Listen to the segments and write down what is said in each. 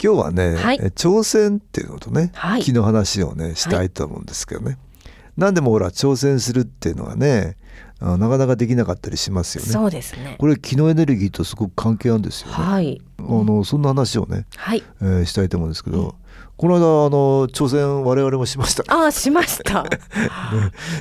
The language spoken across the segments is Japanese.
今日はね、はいえ挑戦っていうのとね、はい気の話をねしたいと思うんですけどね、何でもほら挑戦するっていうのはねあなかなかできなかったりしますよねそうですね。これ気のエネルギーとすごく関係あるんですよね、はい、あのそんな話をね、はい。えーしたいと思うんですけど、この間あの挑戦我々もしましたあー、し ました。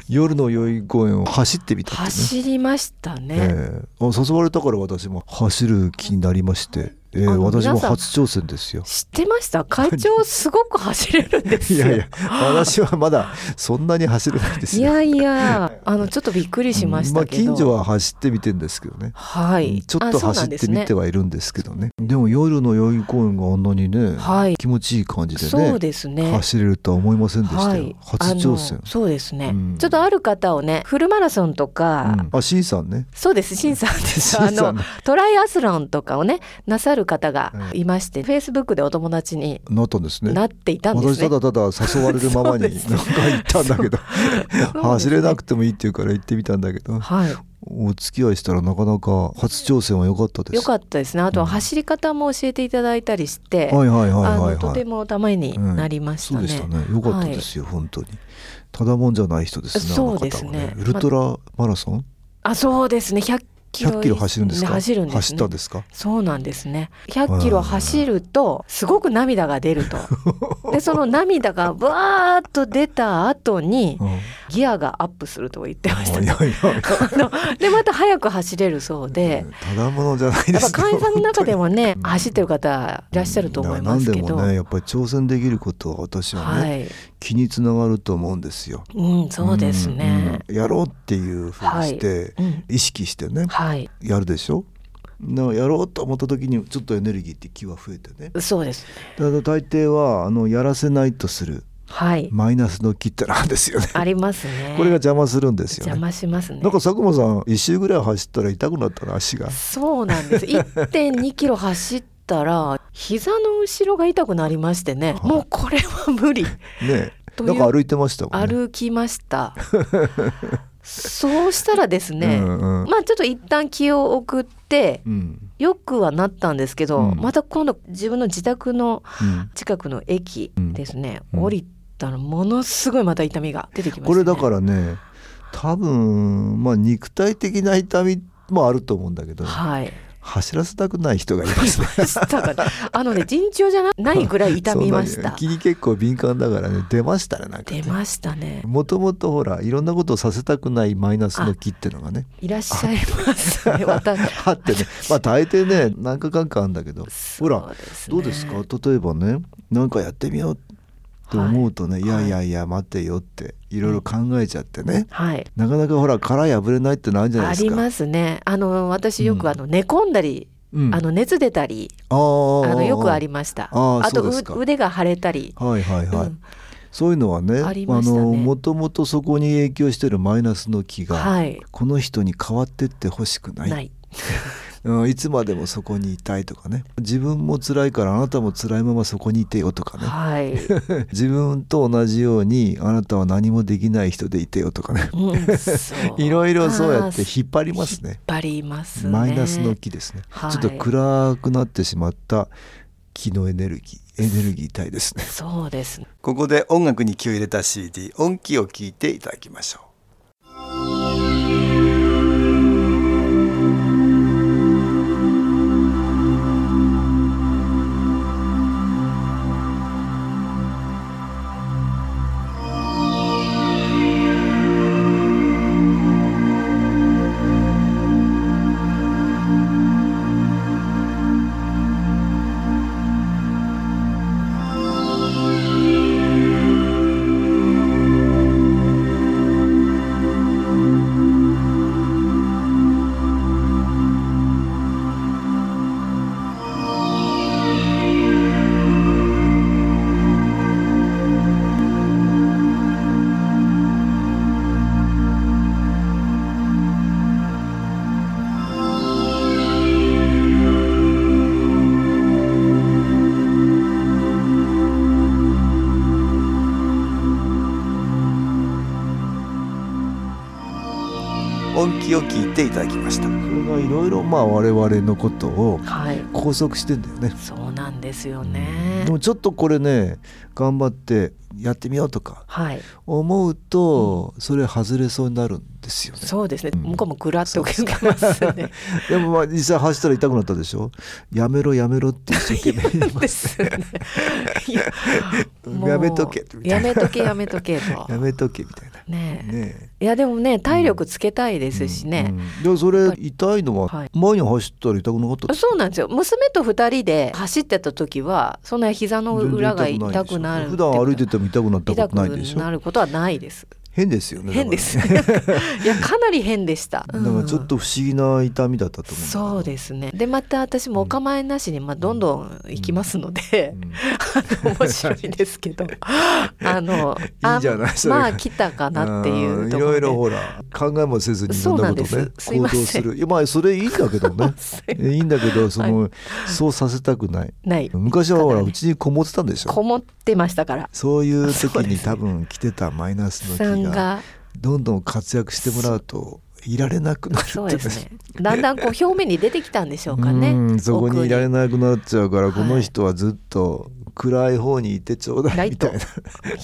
夜の代々木公園を走ってみたってね走りましたね。ええあ誘われたから私も走る気になりまして、ええあの私も皆さん初挑戦ですよ。知ってました。会長すごく走れるんですいよ。やいや私はまだそんなに走れないですいよ。やいや、あのちょっとびっくりしましたけど。まあ、近所は走ってみてんですけどね、はい。ちょっとあそう走なっんでてすみねてはいるんですけどねでも夜の代々木公園があんなにね、はい。気持ちいい感じでねそうですね。走れるとは思いませんでしたよ、はい。初挑あ戦のそうですね、うんちょっとある方をね、フルマラソンとか、うんあ C さんねそうです、新さ んです。 C あさのんトライアスロンとかをねなさる方がいまして、フェイスブックでお友達になったんですねなっていたんですね。私ただただ誘われるままそうにです何ねか行ったんだけど、ね走れなくてもいいっていうから行ってみたんだけどはい、お付き合いしたらなかなか初挑戦は良かったです良かったですね。あとは走り方も教えていただいたりして、はいはいはいはあいのとはていもためになりましたそうね。でしたね良かったですよ、本当にただもんじゃない人ですねそうですねあの方はウルトラマラソン、あ、そうですね。100キロ100キロ走るんですか走るんです、ね。走ったんですかそうなんですね。100キロ走るとすごく涙が出る と。で、その涙がわーっと出た後にうんギアがアップすると言ってましたいやね。いやいやあのでまた早く走れるそうで。ただものじゃないでやっぱす会員さんの中でももねうん走ってる方いらっしゃると思いますけ何でど、もねやっぱり挑戦できることは私はね、はい、気につながると思うんですようん、そうですね。うんやろうっていうふうにして、うん、意識してねはい、やるでしょだからやろうと思った時にちょっとエネルギーって気は増えてねそうです。ただ大抵はあのやらせないとするはい、マイナスの気ってなんですよねありますね。これが邪魔するんですよ邪ね魔しますねなん。か佐久間さん一周ぐらい走ったら痛くなったら足がそうなんです。1.2キロ走ったら膝の後ろが痛くなりましてね、はいもうこれは無理ね というなんか歩いてましたもんね歩きました。そうしたらですね、うんうんまあちょっと一旦気を送って。うんよくはなったんですけど、うんまた今度自分の自宅のうん近くの駅ですね、うん降りたらものすごいまた痛みが出てきました、ね、これだからね多分まあ肉体的な痛みもあると思うんだけどはい。 走らせたくない人がいますねましたからあのね、尋常じゃなないぐらい 痛みまし そうなんたよ。気に結構敏感だからね出ましたねなんかね出ましたね。もともとほらいろんなことをさせたくないマイナスの気っていうのがねいらっしゃいますね。私。 あってねまあ大抵ね何かかんかあんだけどほらそうですねどうですか例えばねなんかやってみようって思うとね、い、やはいいやいや待てよっていろいろ考えちゃってね、はい。なかなかほら殻破れないってないじゃないあですりか。ますね。あの私ようんくあの寝込んだり、うんあの熱出たり、あーあのよくありました。あーあとそうですうか腕が腫れたり、はいはいはい、うんそういうのはねありましたねのもともとそこに影響してるマイナスの気が、はい、この人に変わってってほしくないない。うん、いつまでもそこにいたいとかね自分も辛いからあなたも辛いままそこにいてよとかねはい。自分と同じようにあなたは何もできない人でいてよとかねうんそういろいろそうやってあー引っ張りますね引っ張りますね。マイナスの気ですね、はいちょっと暗くなってしまった気のエネルギーエネルギー体ですねそうですね。ここで音楽に気を入れた CD 音気を聞いていただきましょう「本気を聞いていただきましたそれがいろいろまあ我々のことをはい拘束してんだよねそうなんですよねでもちょっとこれね頑張ってやってみようとかはい思うとそれ外れそうになるんですよねそうですねうん向こうもぐらっと受けますねでもまあ実際走ったら痛くなったでしょやめろやめろって一生懸命言いまですすねいや も うやめとけみたやいなめとけやめとけ とやめとけみたいなねえねいやでもね体力つけたいですしね、うんうんでもそれ痛いのははい前に走ったら痛くなかったそうなんですよ娘と二人で走ってた時はそんな膝の裏が全然痛くなるいでしょ普段歩いてたても痛くなったこ痛とくないでしょなることはないです変ですよねだから変ねですね いやかなり変でしただからちょっと不思議な痛みだったと思うんだけどそうですねでまた私もお構いなしに、まあ、どんどん行きますので、 うん面白いです けどあのいいじゃないあそれまあ来たかなっていうとんころろいでろほら考えもせずにいろんなことそうなねんですすい行動ませんするいやまあそれいいんだけど ねいいんだけどその、そうさせたくないない昔はほらだからねうちにこもってたんでしょこもってましたからそういう時そうでにすね多分来てたマイナスのさん気ががどんどん活躍してもらうといられなくなるってそうですねだんだんこう表面に出てきたんでしょうかねうんそこにいられ奥なくなっちゃうから奥こにの人はずっと暗い方にいてちょうだラいイみトたをいな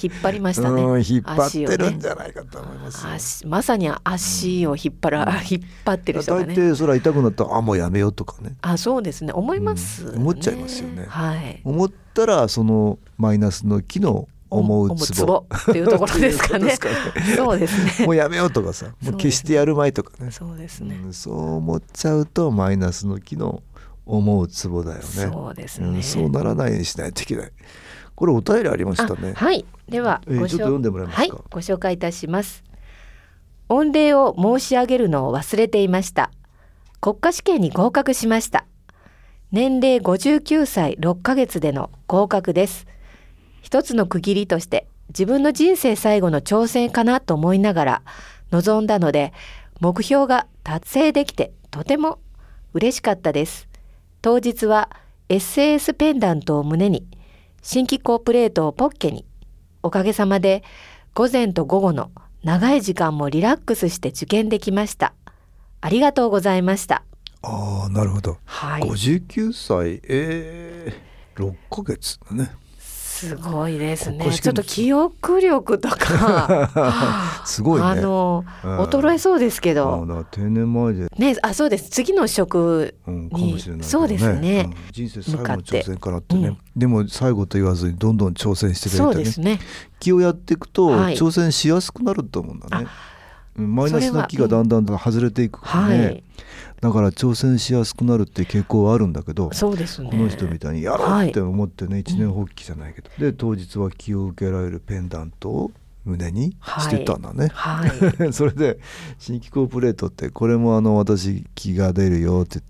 引っ張りましたねうん引っ張ってる足をんねじゃないかと思いますよ足まさに足を引っ張ら、引っ張ってる人が大ね抵それは痛くなったらあもうやめようとかねあそうですね思いますね、うん思っちゃいますよねはい思ったらそのマイナスの機能思うツボっていうところです かねということですかそうですもうねやめようとか さもう決してやるまいとかねそうですうね、ん、そう思っちゃうとマイナスの機能思うツボだよねそうですねん、そうならないようにしないといけないこれお便りありましたねあはいではえーごちょっと紹読んでもらえますかはいご紹介いたします御礼を申し上げるのを忘れていました国家試験に合格しました年齢59歳6ヶ月での合格です一つの区切りとして自分の人生最後の挑戦かなと思いながら望んだので目標が達成できてとても嬉しかったです当日は SAS ペンダントを胸に新規コープレートをポッケにおかげさまで午前と午後の長い時間もリラックスして受験できましたありがとうございましたああなるほど、は五十59歳えー、6ヶ月だねすごいですここねしちかょっと記憶力とか すごいねあのうん衰えそうですけあーどだから定年前でねあそうです次の職うん、にかもしれないけどね、そうですねん人生最後の挑戦からって向ね、かってでも最後と言わずにどんどん挑戦してくそうれでてねすね気をやっていくとはい挑戦しやすくなると思うんだね、うんマイナスの気それがはだんだん外れていくからはね、い、だから挑戦しやすくなるっていう傾向はあるんだけどそうですねこの人みたいにやろうって思ってね、一年放棄じゃないけど、で当日は気を受けられるペンダントを胸にしてたんだね、 はいそれで新規コープレートってこれもあの私気が出るよって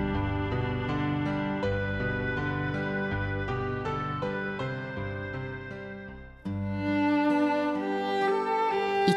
い